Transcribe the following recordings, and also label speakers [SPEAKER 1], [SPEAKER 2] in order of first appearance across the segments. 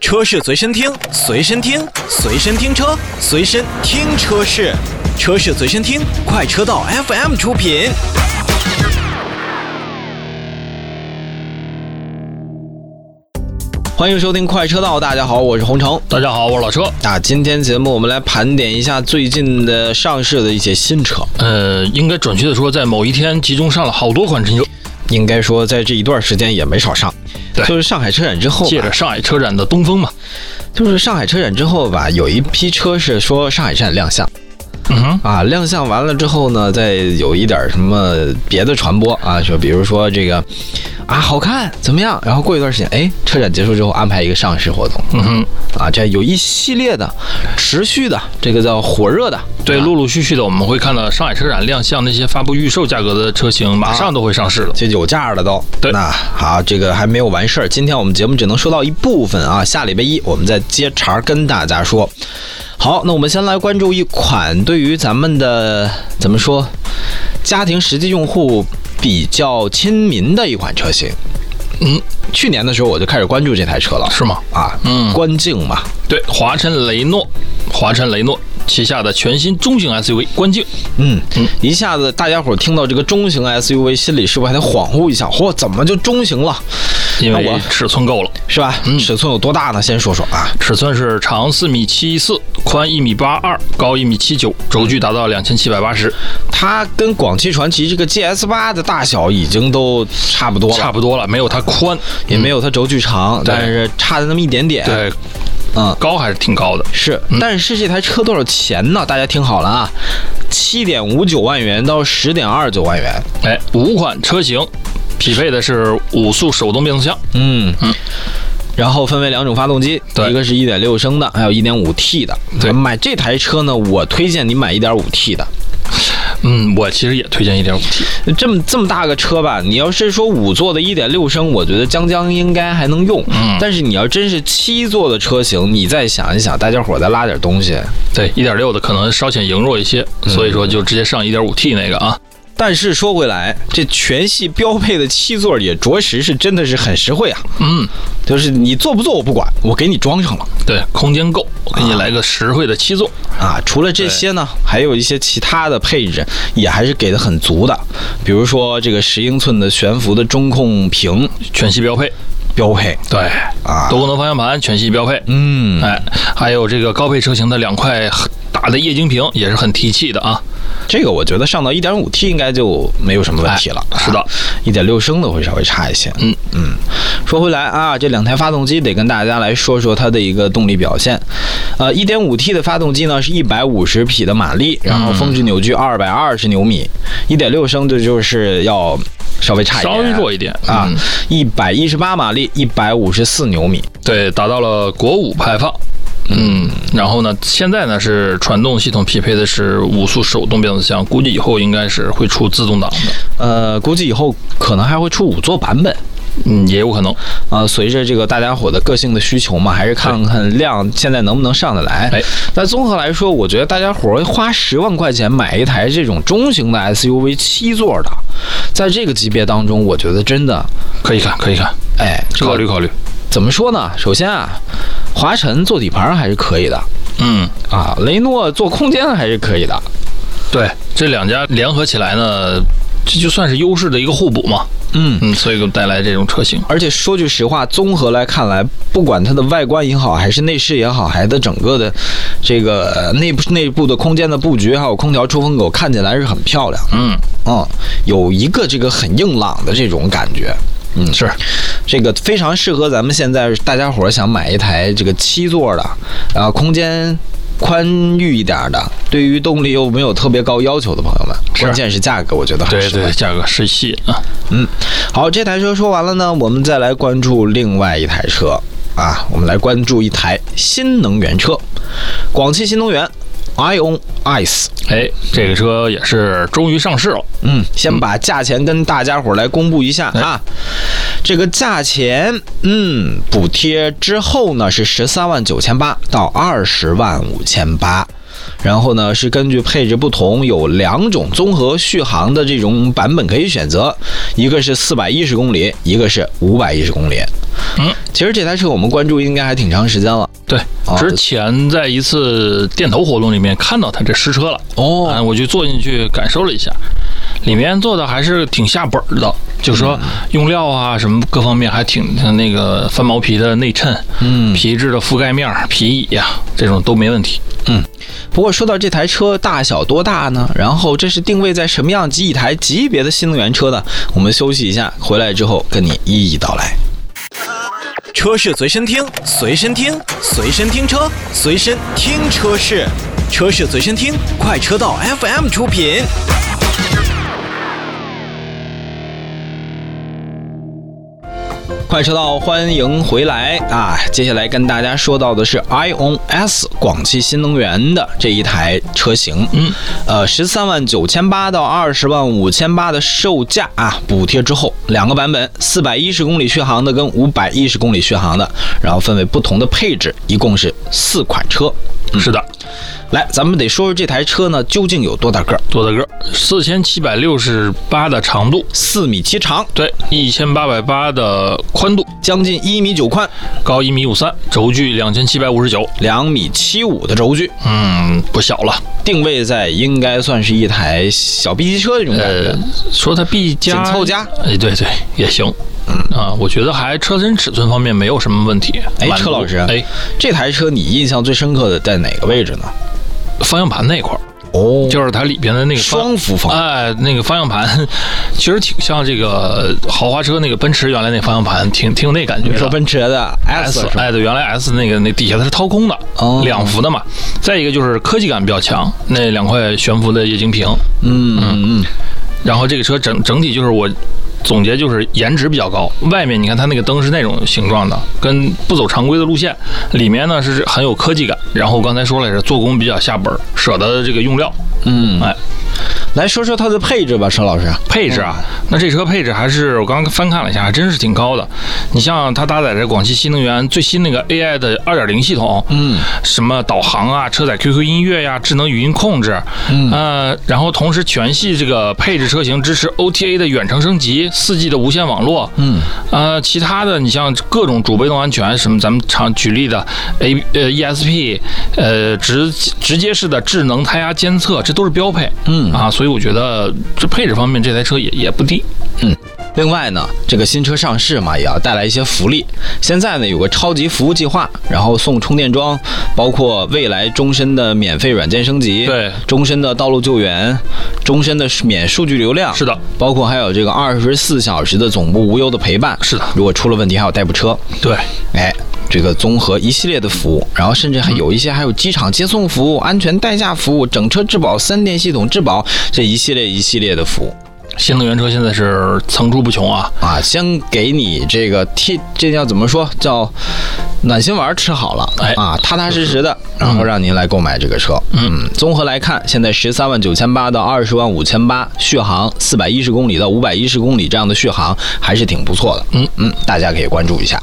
[SPEAKER 1] 车是随身听，随身听，随身听车，随身听车是，车是随身听，快车道 FM 出品。欢迎收听快车道，大家好，我是洪城。
[SPEAKER 2] 大家好，我是老车。
[SPEAKER 1] 啊，今天节目我们来盘点一下最近的上市的一些新车。
[SPEAKER 2] 呃，应该准确的说，在某一天集中上了好多款车，
[SPEAKER 1] 应该说，在这一段时间也没少上。
[SPEAKER 2] 对
[SPEAKER 1] 就是上海车展之后吧，
[SPEAKER 2] 借着上海车展的东风嘛。
[SPEAKER 1] 就是上海车展之后吧，有一批车是说上海车展亮相
[SPEAKER 2] 嗯哼，
[SPEAKER 1] 啊，亮相完了之后呢，再有一点什么别的传播啊，就比如说这个啊好看怎么样，然后过一段时间，哎，车展结束之后安排一个上市活动
[SPEAKER 2] 嗯哼，
[SPEAKER 1] 啊，这有一系列的持续的这个叫火热的，
[SPEAKER 2] 对，陆陆续续的我们会看到上海车展亮相那些发布预售价格的车
[SPEAKER 1] 啊
[SPEAKER 2] 型，马上都会上市了。
[SPEAKER 1] 就有价了都。
[SPEAKER 2] 对
[SPEAKER 1] 那好，这个还没有完事儿，今天我们节目只能说到一部分啊，下礼拜一我们再接茬儿跟大家说。好，那我们先来关注一款对于咱们的怎么说，家庭实际用户比较亲民的一款车型。
[SPEAKER 2] 嗯，
[SPEAKER 1] 去年的时候我就开始关注这台车了
[SPEAKER 2] 是吗？
[SPEAKER 1] 啊，
[SPEAKER 2] 嗯
[SPEAKER 1] 观境嘛，
[SPEAKER 2] 对，华晨雷诺，华晨雷诺旗下的全新中型 SUV 观境，
[SPEAKER 1] 嗯
[SPEAKER 2] 嗯，
[SPEAKER 1] 一下子大家伙儿听到这个中型 SUV，心里是不是还得恍惚一下？嚯，怎么就中型了？
[SPEAKER 2] 因
[SPEAKER 1] 那我
[SPEAKER 2] 为尺寸够了，
[SPEAKER 1] 是吧？
[SPEAKER 2] 嗯
[SPEAKER 1] 尺寸有多大呢？先说说啊。
[SPEAKER 2] 尺寸是长四米七四，宽一米八二，高一米七九，轴距达到两千七百八十，
[SPEAKER 1] 它跟广汽传祺这个 GS 八的大小已经都差不多了，
[SPEAKER 2] 差不多了，没有它宽，
[SPEAKER 1] 也没有它轴距长，但是差的那么一点点。，
[SPEAKER 2] 对，
[SPEAKER 1] 哎
[SPEAKER 2] 嗯
[SPEAKER 1] 嗯，
[SPEAKER 2] 高还是挺高的。
[SPEAKER 1] 是。但是这台车多少钱呢？大家听好了啊，七点五九万元到十点二九万元。
[SPEAKER 2] 哎，五款车型匹配的是五速手动变速箱。
[SPEAKER 1] 嗯
[SPEAKER 2] 嗯。
[SPEAKER 1] 然后分为两种发动机，
[SPEAKER 2] 对
[SPEAKER 1] 一个是1.6升的，还有1 5 T 的。
[SPEAKER 2] 对
[SPEAKER 1] 买这台车呢，我推荐你买1 5 T 的。
[SPEAKER 2] 嗯，我其实也推荐一点五 T。
[SPEAKER 1] 这么这么大个车吧，你要是说五座的一点六升，我觉得将将应该还能用。
[SPEAKER 2] 嗯
[SPEAKER 1] 但是你要真是七座的车型，你再想一想，大家伙儿再拉点东西。
[SPEAKER 2] 对，一点六的可能稍显羸弱一些，
[SPEAKER 1] 嗯
[SPEAKER 2] 所以说就直接上一点五 T 那个啊。
[SPEAKER 1] 但是说回来，这全系标配的七座也着实是真的是很实惠啊，
[SPEAKER 2] 嗯，
[SPEAKER 1] 就是你坐不坐我不管，我给你装上了
[SPEAKER 2] 对，空间够，我给你来个实惠的七座。
[SPEAKER 1] 啊。除了这些呢，还有一些其他的配置也还是给的很足的，比如说这个十英寸的悬浮的中控屏
[SPEAKER 2] 全系标配，
[SPEAKER 1] 标配
[SPEAKER 2] 对，
[SPEAKER 1] 啊，
[SPEAKER 2] 多功能方向盘全系标配，
[SPEAKER 1] 嗯，
[SPEAKER 2] 哎，还有这个高配车型的两块大的液晶屏也是很提气的啊。
[SPEAKER 1] 这个我觉得上到一点五 T 应该就没有什么问题了。啊
[SPEAKER 2] 哎是的，
[SPEAKER 1] 一点六升的会稍微差一些。
[SPEAKER 2] 嗯
[SPEAKER 1] 嗯，说回来啊，这两台发动机得跟大家来说说它的一个动力表现。呃，一点五 T 的发动机呢是一百五十匹的马力，然后峰值扭矩二百二十牛米，一点六升的就是要稍微差一点，
[SPEAKER 2] 稍微弱一点
[SPEAKER 1] 啊
[SPEAKER 2] 嗯，
[SPEAKER 1] 一百一十八马力，一百五十四牛米。
[SPEAKER 2] 对，达到了国五排放。嗯，然后呢，现在呢是传动系统匹配的是五速手动变速箱，估计以后应该是会出自动挡的，
[SPEAKER 1] 呃，估计以后可能还会出五座版本。
[SPEAKER 2] 嗯，也有可能。
[SPEAKER 1] 啊，随着这个大家伙的个性的需求嘛，还是看看量现在能不能上得来。
[SPEAKER 2] 哎，
[SPEAKER 1] 那综合来说，我觉得大家伙儿花十万块钱买一台这种中型的 SUV 七座的，在这个级别当中，我觉得真的，
[SPEAKER 2] 可以看，可以看，
[SPEAKER 1] 哎，这
[SPEAKER 2] 考
[SPEAKER 1] 个
[SPEAKER 2] 虑考虑。
[SPEAKER 1] 怎么说呢？首先啊，华晨做底盘还是可以的
[SPEAKER 2] 嗯，
[SPEAKER 1] 啊，雷诺做空间还是可以的。
[SPEAKER 2] 对，这两家联合起来呢，这就算是优势的一个互补嘛。
[SPEAKER 1] 嗯，
[SPEAKER 2] 嗯，所以给我们带来这种车型。
[SPEAKER 1] 而且说句实话，综合来看来，不管它的外观也好，还是内饰也好，还的整个的这个呃内部内部的空间的布局，还有空调出风口，看起来是很漂亮。
[SPEAKER 2] 嗯，
[SPEAKER 1] 嗯，有一个这个很硬朗的这种感觉。嗯，
[SPEAKER 2] 是
[SPEAKER 1] 这个非常适合咱们现在大家伙儿想买一台这个七座的，啊、空间宽裕一点儿的，对于动力又没有特别高要求的朋友们，
[SPEAKER 2] 是
[SPEAKER 1] 关键是价格，我觉得很
[SPEAKER 2] 对
[SPEAKER 1] 适合。
[SPEAKER 2] 对，价格是吸引啊。
[SPEAKER 1] 嗯，好，这台车说完了呢，我们再来关注另外一台车啊，我们来关注一台新能源车，广汽新能源 ION ICE。
[SPEAKER 2] 哎，这个车也是终于上市了。
[SPEAKER 1] 嗯，先把价钱跟大家伙儿来公布一下啊。这个价钱，嗯，补贴之后呢是十三万九千八到二十万五千八，然后呢是根据配置不同，有两种综合续航的这种版本可以选择，一个是四百一十公里，一个是五百一十公里。
[SPEAKER 2] 嗯，
[SPEAKER 1] 其实这台车我们关注应该还挺长时间了。
[SPEAKER 2] 啊对
[SPEAKER 1] 哦，
[SPEAKER 2] 之前在一次电投活动里面看到它这试车了，啊，
[SPEAKER 1] 哦，
[SPEAKER 2] 我就坐进去感受了一下，里面做的还是挺下本儿的，就是说用料啊什么各方面还挺那个翻毛皮的内衬，
[SPEAKER 1] 嗯，
[SPEAKER 2] 皮质的覆盖面儿、皮椅呀、这种都没问题。
[SPEAKER 1] 不过说到这台车大小多大呢？然后这是定位在什么样级一台级别的新能源车呢？我们休息一下，回来之后跟你一一道来。
[SPEAKER 3] 车是随身听，随身听，随身听车，随身听车是，车是随身听，快车道 FM 出品。
[SPEAKER 1] 快车道，欢迎回来啊！接下来跟大家说到的是 iON S 广汽新能源的这一台车型，
[SPEAKER 2] 嗯，
[SPEAKER 1] 呃，十三万九千八到二十万五千八的售价啊，补贴之后两个版本，四百一十公里续航的跟五百一十公里续航的，然后分为不同的配置，一共是四款车。
[SPEAKER 2] 是的，
[SPEAKER 1] 来，咱们得说说这台车呢究竟有多大个儿，
[SPEAKER 2] 多大个儿？四千七百六十八的长度，
[SPEAKER 1] 四米七长，
[SPEAKER 2] 对，一千八百八的宽度，
[SPEAKER 1] 将近一米九宽，
[SPEAKER 2] 高一米五三，轴距两千七百五十九，
[SPEAKER 1] 两米七五的轴距，
[SPEAKER 2] 嗯，不小了。
[SPEAKER 1] 定位在应该算是一台小 B 级车这种感觉。
[SPEAKER 2] 呃，说它 B 加
[SPEAKER 1] 紧凑加嗯
[SPEAKER 2] 哎，对对，也行。啊，我觉得还车身尺寸方面没有什么问题。
[SPEAKER 1] 哎
[SPEAKER 2] 满足
[SPEAKER 1] 车老师
[SPEAKER 2] 哎，
[SPEAKER 1] 这台车你印象最深刻的在哪个位置呢？
[SPEAKER 2] 方向盘那块儿，
[SPEAKER 1] 哦啊就
[SPEAKER 2] 就是它里边的那个方
[SPEAKER 1] 双幅方。
[SPEAKER 2] 哎，那个方向盘 其实挺像这个豪华车那个奔驰原来那方向盘，挺挺有那感觉
[SPEAKER 1] 你说
[SPEAKER 2] 的。
[SPEAKER 1] 奔驰的 S 是吧？
[SPEAKER 2] 哎，对，原来 S 那个那底下它是掏空的，
[SPEAKER 1] 哦
[SPEAKER 2] 两幅的嘛。再一个就是科技感比较强，那两块悬浮的液晶屏。
[SPEAKER 1] 嗯嗯嗯，
[SPEAKER 2] 然后这个车整整体就是我总结就是颜值比较高。外面你看它那个灯是那种形状的，跟不走常规的路线，里面呢是很有科技感。然后我刚才说了也是做工比较下本儿，舍得这个用料。
[SPEAKER 1] 嗯
[SPEAKER 2] 哎，
[SPEAKER 1] 来说说它的配置吧，佘老师。
[SPEAKER 2] 配置啊，那这车配置还是我刚刚翻看了一下，还真是挺高的。你像它搭载着广汽新能源最新那个 AI 的二点零系统，
[SPEAKER 1] 嗯，
[SPEAKER 2] 什么导航啊、车载 QQ 音乐呀、智能语音控制，
[SPEAKER 1] 嗯
[SPEAKER 2] 呃，然后同时全系这个配置车型支持 OTA 的远程升级、4 G 的无线网络，
[SPEAKER 1] 嗯，
[SPEAKER 2] 呃，其他的你像各种主被动安全，什么咱们常举例的 A 呃 ESP，呃直直接式的智能胎压监测，这都是标配，
[SPEAKER 1] 嗯
[SPEAKER 2] 啊，所以我觉得这配置方面这台车也也不低，
[SPEAKER 1] 另外呢，这个新车上市嘛，也要带来一些福利。现在呢，有个超级服务计划，然后送充电桩，包括未来终身的免费软件升级，
[SPEAKER 2] 对，
[SPEAKER 1] 终身的道路救援，终身的免数据流量，
[SPEAKER 2] 是的，
[SPEAKER 1] 包括还有这个二十四小时的总部无忧的陪伴，
[SPEAKER 2] 是的
[SPEAKER 1] 如果出了问题还有代步车，
[SPEAKER 2] 对，
[SPEAKER 1] 哎，这个综合一系列的服务，然后甚至还有一些还有机场接送服务、安全代驾服务、整车质保、三电系统质保这一系列一系列的服务。
[SPEAKER 2] 新能源车现在是层出不穷啊，
[SPEAKER 1] 啊，先给你这个贴，这叫怎么说？叫暖心丸吃好了，
[SPEAKER 2] 哎
[SPEAKER 1] 啊，踏踏实实的，然后让您来购买这个车。嗯，综合来看，现在十三万九千八到二十万五千八，续航四百一十公里到五百一十公里这样的续航还是挺不错的。
[SPEAKER 2] 嗯
[SPEAKER 1] 嗯，大家可以关注一下。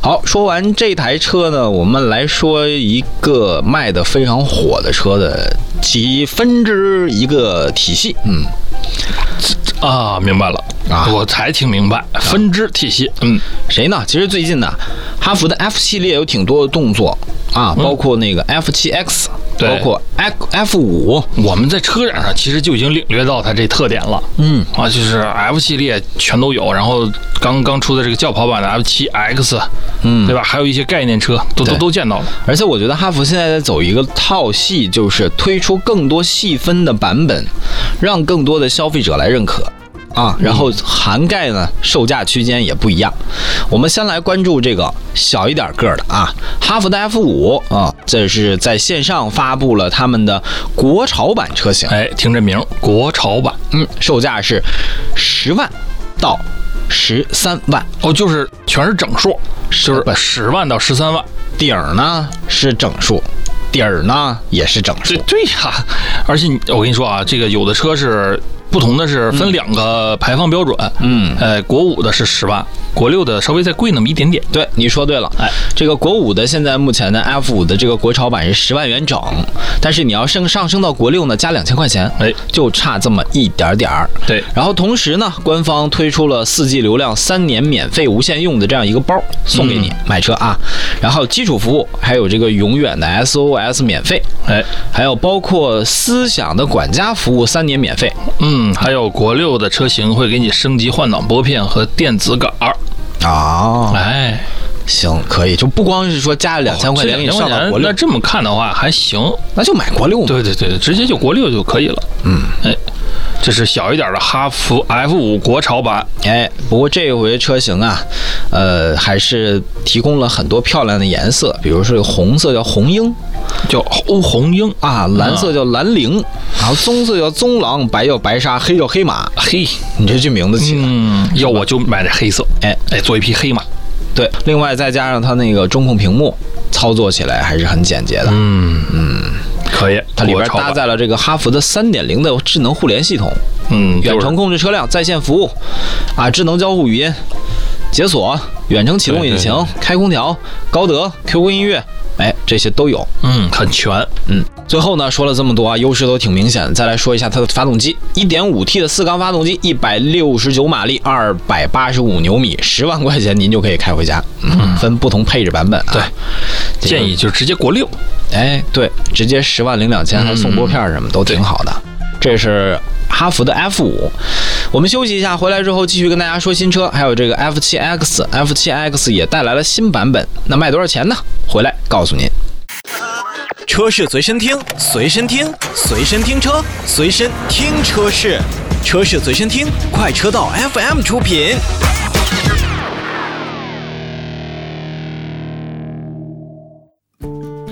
[SPEAKER 1] 好，说完这台车呢，我们来说一个卖的非常火的车的其分支一个体系。嗯，
[SPEAKER 2] 啊，明白了，
[SPEAKER 1] 啊
[SPEAKER 2] 我才听明白，分支体系，嗯，
[SPEAKER 1] 谁呢？其实最近呢，哈弗的 F 系列有挺多的动作啊，包括那个 F 7 X，、
[SPEAKER 2] 对
[SPEAKER 1] 包括 F F 五，
[SPEAKER 2] 我们在车展上其实就已经领略到它这特点了。
[SPEAKER 1] 嗯，
[SPEAKER 2] 啊，就是 F 系列全都有，然后刚刚出的这个轿跑版的 F 7 X，嗯，对吧？还有一些概念车都都
[SPEAKER 1] 对
[SPEAKER 2] 都见到了，
[SPEAKER 1] 而且我觉得哈弗现在在走一个套系，就是推出更多细分的版本，让更多的消费者来认可。啊，然后涵盖呢售价区间也不一样。我们先来关注这个小一点个儿的啊，哈弗的 F 五啊，这是在线上发布了他们的国潮版车型。
[SPEAKER 2] 哎，听这名儿，国潮版
[SPEAKER 1] 嗯，售价是十万到十三万，
[SPEAKER 2] 哦，就是全是整数，
[SPEAKER 1] 就
[SPEAKER 2] 就是十万到十三万，
[SPEAKER 1] 顶儿呢是整数，底儿呢也是整
[SPEAKER 2] 对
[SPEAKER 1] 数。
[SPEAKER 2] 对呀、而且你我跟你说啊，这个有的车是不同的是分两个排放标准，
[SPEAKER 1] 嗯，
[SPEAKER 2] 呃，国五的是十万，国六的稍微再贵那么一点点。
[SPEAKER 1] 对，你说对了。
[SPEAKER 2] 哎，
[SPEAKER 1] 这个国五的现在目前的 F 五的这个国潮版是十万元整，但是你要升上升到国六呢，加两千块钱，
[SPEAKER 2] 哎，
[SPEAKER 1] 就差这么一点点儿。
[SPEAKER 2] 对，
[SPEAKER 1] 然后同时呢，官方推出了四 G 流量三年免费无限用的这样一个包送给你、
[SPEAKER 2] 嗯
[SPEAKER 1] 买车啊，然后基础服务还有这个永远的 SOS 免费，
[SPEAKER 2] 哎，
[SPEAKER 1] 还有包括思想的管家服务三年免费。
[SPEAKER 2] 嗯，还有国六的车型会给你升级换挡拨片和电子杆儿。
[SPEAKER 1] 哦，
[SPEAKER 2] 哎，
[SPEAKER 1] 行，可以，就不光是说加了哦两千块钱给你
[SPEAKER 2] 这
[SPEAKER 1] 上到
[SPEAKER 2] 2000
[SPEAKER 1] 国
[SPEAKER 2] 那
[SPEAKER 1] 六，
[SPEAKER 2] 这么看的话还行。
[SPEAKER 1] 那就买国六嘛。
[SPEAKER 2] 对对对，直接就国六就可以了。嗯，哎，这是小一点的哈弗 F 五国潮版。
[SPEAKER 1] 哎，不过这一回车型啊，呃，还是提供了很多漂亮的颜色，比如说红色叫红鹰
[SPEAKER 2] 叫欧红鹰，
[SPEAKER 1] 啊，蓝色叫蓝羚，然后棕色叫棕狼，白叫白鲨，黑叫黑马。
[SPEAKER 2] 嘿，
[SPEAKER 1] 你这句名字起的，
[SPEAKER 2] 嗯，要我就买这黑色，
[SPEAKER 1] 哎
[SPEAKER 2] 哎，做一匹黑马，
[SPEAKER 1] 对。另外再加上它那个中控屏幕，操作起来还是很简洁的。
[SPEAKER 2] 嗯嗯，可以，
[SPEAKER 1] 它里边
[SPEAKER 2] 国潮
[SPEAKER 1] 搭
[SPEAKER 2] 版，
[SPEAKER 1] 载了这个哈弗的3.0的智能互联系统，
[SPEAKER 2] 嗯，
[SPEAKER 1] 远
[SPEAKER 2] 就是
[SPEAKER 1] 程控制车辆在线服务，啊，智能交互语音、解锁、远程启动引擎、
[SPEAKER 2] 对
[SPEAKER 1] 开空调、高德、QQ 音乐，哎，这些都有。
[SPEAKER 2] 嗯，很全，
[SPEAKER 1] 嗯，最后呢，说了这么多啊，优势都挺明显的。再来说一下它的发动机，1.5T 的四缸发动机，169马力，285牛米，十万块钱您就可以开回家。嗯，分不同配置版本啊。
[SPEAKER 2] 对
[SPEAKER 1] 这个
[SPEAKER 2] 建议就直接国六，
[SPEAKER 1] 哎，对，直接十万零两千，还送拨片儿什么、都挺好的。这是哈弗的 F 五，我们休息一下，回来之后继续跟大家说新车，还有这个 F 7 X。F 7 X 也带来了新版本，那卖多少钱呢？回来告诉您。
[SPEAKER 3] 车是随身听，随身听，随身听车，随身听车是，车是随身听，快车道 FM 出品。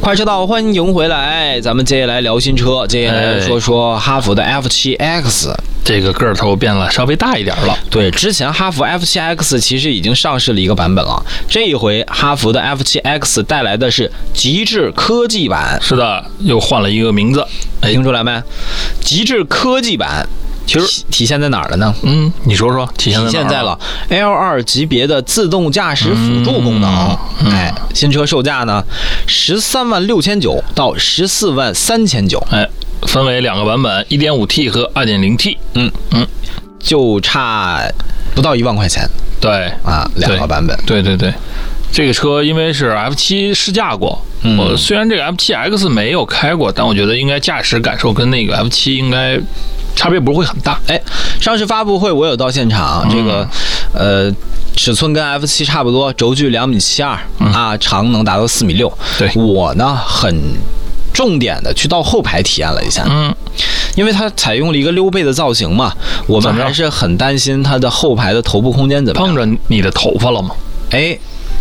[SPEAKER 1] 快车道，欢迎回来，咱们接下来聊新车，接下来
[SPEAKER 2] 哎
[SPEAKER 1] 说说哈弗的 F 7 X。
[SPEAKER 2] 这个个头变了，稍微大一点了，
[SPEAKER 1] 对，之前哈弗 F 7 X 其实已经上市了一个版本了，这一回哈弗的 F 7 X 带来的是极致科技版，
[SPEAKER 2] 是的，又换了一个名字，哎
[SPEAKER 1] 听，出来没？极致科技版
[SPEAKER 2] 其实，
[SPEAKER 1] 体体现在哪儿了呢？
[SPEAKER 2] 嗯，你说说，体现在
[SPEAKER 1] 体现
[SPEAKER 2] 哪儿
[SPEAKER 1] 在了 L 2级别的自动驾驶辅助功能。
[SPEAKER 2] 嗯嗯
[SPEAKER 1] 哎，新车售价呢，十三万六千九到十四万三千九，
[SPEAKER 2] 哎，分为两个版本，一点五 T 和二点零 T，
[SPEAKER 1] 就差不到一万块钱
[SPEAKER 2] 对，
[SPEAKER 1] 啊，两个版本。
[SPEAKER 2] 对对对，这个车因为是 F 7试驾过，
[SPEAKER 1] 嗯
[SPEAKER 2] 我虽然这个 F 7 X 没有开过，但我觉得应该驾驶感受跟那个 F 7应该差别不会很大。
[SPEAKER 1] 哎，上市发布会我有到现场，啊这个
[SPEAKER 2] 嗯
[SPEAKER 1] 呃尺寸跟 F 7差不多，轴距两米七二、啊，长能达到四米六。
[SPEAKER 2] 嗯对
[SPEAKER 1] 我呢很重点的去到后排体验了一下，
[SPEAKER 2] 嗯，
[SPEAKER 1] 因为它采用了一个溜背的造型嘛，我们
[SPEAKER 2] 怎么样
[SPEAKER 1] 还是很担心它的后排的头部空间怎么
[SPEAKER 2] 碰
[SPEAKER 1] 样。
[SPEAKER 2] 着你的头发了吗？
[SPEAKER 1] 哎，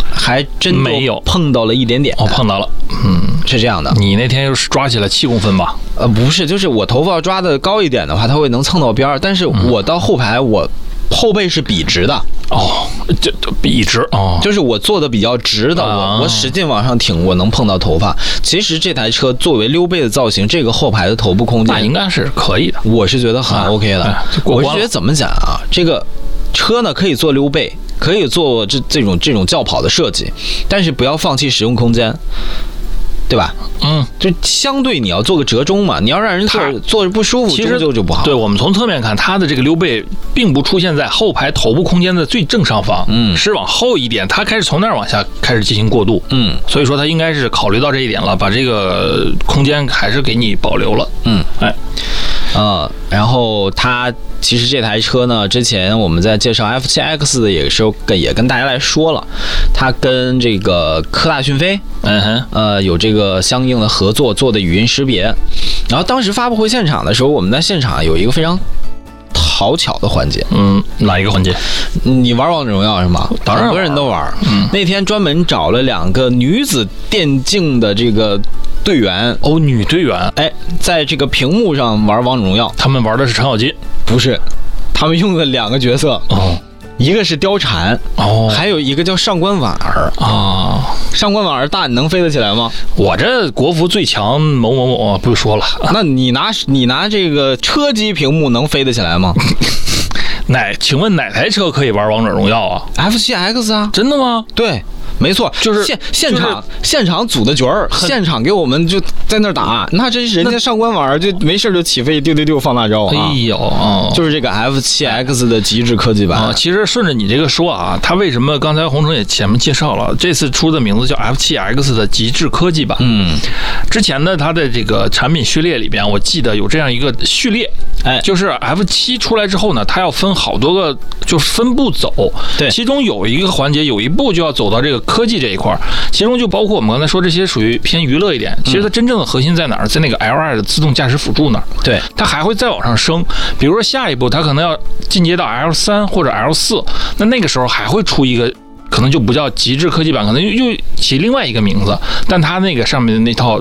[SPEAKER 1] 还真就
[SPEAKER 2] 没有
[SPEAKER 1] 碰到了一点点，
[SPEAKER 2] 哦，碰到了。嗯，
[SPEAKER 1] 是这样的。
[SPEAKER 2] 你那天又是抓起来七公分吧？
[SPEAKER 1] 呃，不是，就是我头发要抓的高一点的话，它会能蹭到边儿，但是
[SPEAKER 2] 嗯
[SPEAKER 1] 我到后排我。后背是笔直的，
[SPEAKER 2] 哦，这这笔直哦，
[SPEAKER 1] 就是我坐的比较直的，
[SPEAKER 2] 啊
[SPEAKER 1] 我我使劲往上挺，我能碰到头发。其实这台车作为溜背的造型，这个后排的头部空
[SPEAKER 2] 那应
[SPEAKER 1] 间，
[SPEAKER 2] 该是可以的。
[SPEAKER 1] 我是觉得很
[SPEAKER 2] 啊
[SPEAKER 1] OK 的。
[SPEAKER 2] 哎就过
[SPEAKER 1] 我
[SPEAKER 2] 关
[SPEAKER 1] 是
[SPEAKER 2] 了
[SPEAKER 1] 觉得怎么讲啊，这个车呢可以做溜背，可以做这这种这种轿跑的设计，但是不要放弃使用空间，对吧？
[SPEAKER 2] 嗯，
[SPEAKER 1] 就相对你要做个折中嘛，你要让人坐着
[SPEAKER 2] 它
[SPEAKER 1] 坐着不舒服，
[SPEAKER 2] 其实
[SPEAKER 1] 终究就不好。
[SPEAKER 2] 对，我们从侧面看，它的这个溜背并不出现在后排头部空间的最正上方，
[SPEAKER 1] 嗯
[SPEAKER 2] 是往后一点，它开始从那儿往下开始进行过渡。
[SPEAKER 1] 嗯
[SPEAKER 2] 所以说他应该是考虑到这一点了，把这个空间还是给你保留了。
[SPEAKER 1] 嗯，
[SPEAKER 2] 哎，
[SPEAKER 1] 呃，然后它其实这台车呢，之前我们在介绍 F 7 X 的也时候跟也跟大家来说了，它跟这个科大讯飞
[SPEAKER 2] 嗯哼，
[SPEAKER 1] 呃有这个相应的合作做的语音识别。然后当时发布会现场的时候，我们在现场有一个非常讨巧的环节，
[SPEAKER 2] 嗯，哪一个环节？
[SPEAKER 1] 你玩王者荣耀是吗？
[SPEAKER 2] 当然
[SPEAKER 1] 很多
[SPEAKER 2] 玩
[SPEAKER 1] 人都玩。
[SPEAKER 2] 嗯
[SPEAKER 1] 那天专门找了两个女子电竞的这个队员，
[SPEAKER 2] 哦，女队员，
[SPEAKER 1] 哎，在这个屏幕上玩王者荣耀，
[SPEAKER 2] 他们玩的是程咬金。
[SPEAKER 1] 不是，他们用的两个角色，
[SPEAKER 2] 哦
[SPEAKER 1] 一个是貂蝉，
[SPEAKER 2] 哦
[SPEAKER 1] 还有一个叫上官婉儿。
[SPEAKER 2] 啊，
[SPEAKER 1] 上官婉儿大，你能飞得起来吗？
[SPEAKER 2] 我这国服最强某某某啊不说了，
[SPEAKER 1] 那你拿你拿这个车机屏幕能飞得起来 吗
[SPEAKER 2] 哪？请问哪台车可以玩王者荣耀啊？
[SPEAKER 1] ？FCX 啊，
[SPEAKER 2] 真的吗？
[SPEAKER 1] 对，没错，
[SPEAKER 2] 就是
[SPEAKER 1] 现现
[SPEAKER 2] 就是
[SPEAKER 1] 场、现场组的角儿，现场给我们就在那儿打，那真是人家上官婉儿就没事儿就起飞丢丢丢放大招啊，
[SPEAKER 2] 哎呦啊！
[SPEAKER 1] 就是这个 F 7 X 的极致科技版。
[SPEAKER 2] 啊，其实顺着你这个说啊，它为什么刚才洪城也前面介绍了，这次出的名字叫 F7X 的极致科技版。
[SPEAKER 1] 嗯，
[SPEAKER 2] 之前呢，它的这个产品序列里边，我记得有这样一个序列，
[SPEAKER 1] 哎
[SPEAKER 2] 就是 F 7出来之后呢，它要分好多个，就是分步走。
[SPEAKER 1] 对
[SPEAKER 2] 其中有一个环节，有一步就要走到这个科技这一块儿，其中就包括我们刚才说这些属于偏娱乐一点。其实它
[SPEAKER 1] 嗯
[SPEAKER 2] 真正的核心在哪儿？在那个 L2 的自动驾驶辅助那儿。
[SPEAKER 1] 对，
[SPEAKER 2] 它还会再往上升，比如说下一步它可能要进阶到 L 三或者 L 四，那那个时候还会出一个。可能就不叫极致科技版，可能又又起另外一个名字，但它那个上面的那套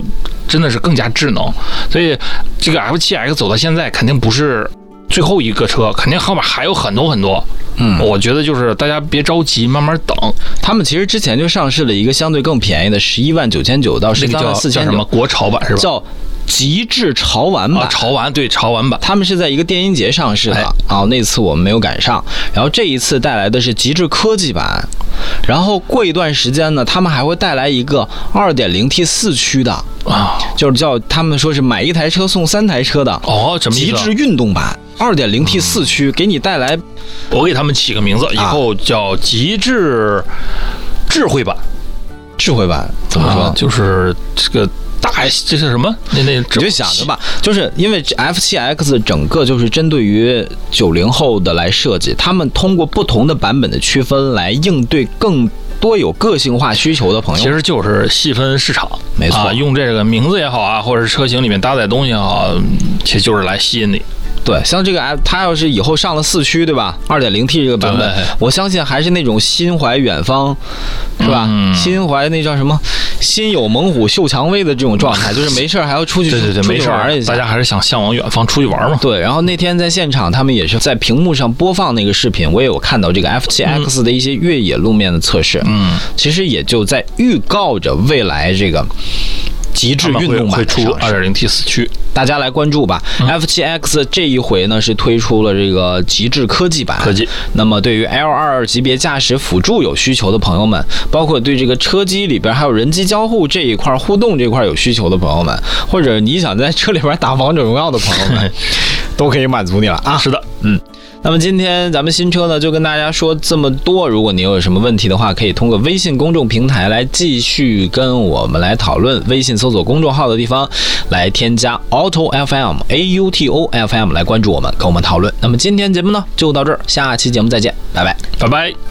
[SPEAKER 2] 真的是更加智能，所以这个 F 7 X 走到现在肯定不是最后一个车，肯定后面还有很多很多。
[SPEAKER 1] 嗯，
[SPEAKER 2] 我觉得就是大家别着急，慢慢等。
[SPEAKER 1] 他们其实之前就上市了一个相对更便宜的，十一万九千九到十
[SPEAKER 2] 这个
[SPEAKER 1] 三
[SPEAKER 2] 叫
[SPEAKER 1] 万四
[SPEAKER 2] 叫
[SPEAKER 1] 千
[SPEAKER 2] 什么
[SPEAKER 1] 九，
[SPEAKER 2] 国潮版是吧？
[SPEAKER 1] 叫极致潮玩版
[SPEAKER 2] 啊，。潮玩对潮玩版。
[SPEAKER 1] 他们是在一个电音节上市的
[SPEAKER 2] 哎
[SPEAKER 1] 啊，那次我们没有赶上，然后这一次带来的是极致科技版，然后过一段时间呢，他们还会带来一个二点零 T 四驱的，
[SPEAKER 2] 啊，
[SPEAKER 1] 就是叫他们说是买一台车送三台车的
[SPEAKER 2] 哦，什么意
[SPEAKER 1] 极
[SPEAKER 2] 思啊？
[SPEAKER 1] 致运动版，二点零 T 四驱给你带来
[SPEAKER 2] 我给他们起个名字，以
[SPEAKER 1] 啊
[SPEAKER 2] 后叫极致智慧版，
[SPEAKER 1] 智慧版，怎么说？
[SPEAKER 2] 啊，就是这个大这是什么？那那
[SPEAKER 1] 你就想着，吧，就是因为 F 7 X 整个就是针对于九零后的来设计，他们通过不同的版本的区分来应对更多有个性化需求的朋友。
[SPEAKER 2] 其实就是细分市场，
[SPEAKER 1] 没错
[SPEAKER 2] 啊用这个名字也好啊，或者是车型里面搭载东西也好，嗯其实就是来吸引你。
[SPEAKER 1] 对，像这个 F，它要是以后上了四驱，对吧？二点零 T 这个版本
[SPEAKER 2] 对，
[SPEAKER 1] 我相信还是那种心怀远方，是吧？
[SPEAKER 2] 嗯
[SPEAKER 1] 心怀那叫什么？心有猛虎嗅蔷薇的这种状 态，就是没事儿还要出去
[SPEAKER 2] 对对对，
[SPEAKER 1] 出去
[SPEAKER 2] 没事
[SPEAKER 1] 玩
[SPEAKER 2] 儿
[SPEAKER 1] 儿一，下
[SPEAKER 2] 大。家还是想向往远方，出去玩嘛。
[SPEAKER 1] 对，然后那天在现场，他们也是在屏幕上播放那个视频，我也有看到这个 F 7 X 的一些越野路面的测试，
[SPEAKER 2] 嗯，
[SPEAKER 1] 其实也就在预告着未来这个极致
[SPEAKER 2] 他们
[SPEAKER 1] 运
[SPEAKER 2] 会
[SPEAKER 1] 动版
[SPEAKER 2] 会
[SPEAKER 1] 的
[SPEAKER 2] 出
[SPEAKER 1] 上
[SPEAKER 2] 二嗯
[SPEAKER 1] 市，
[SPEAKER 2] 点零 T 四驱，
[SPEAKER 1] 大家来关注吧。F 7 X 这一回呢是推出了这个极致科技版，
[SPEAKER 2] 科技。
[SPEAKER 1] 那么对于 L 2级别驾驶辅助有需求的朋友们，包括对这个车机里边还有人机交互这一块儿互动这块儿有需求的朋友们，或者你想在车里边打王者荣耀的朋友 们，都可以满足你了啊！
[SPEAKER 2] 是的，
[SPEAKER 1] 那么今天咱们新车呢，就跟大家说这么多。如果您有什么问题的话，可以通过微信公众平台来继续跟我们来讨论。微信搜索公众号的地方来添加 auto fm a u t o f m 来关注我们，跟我们讨论。那么今天节目呢就到这儿，下期节目再见，拜拜。
[SPEAKER 2] 拜拜。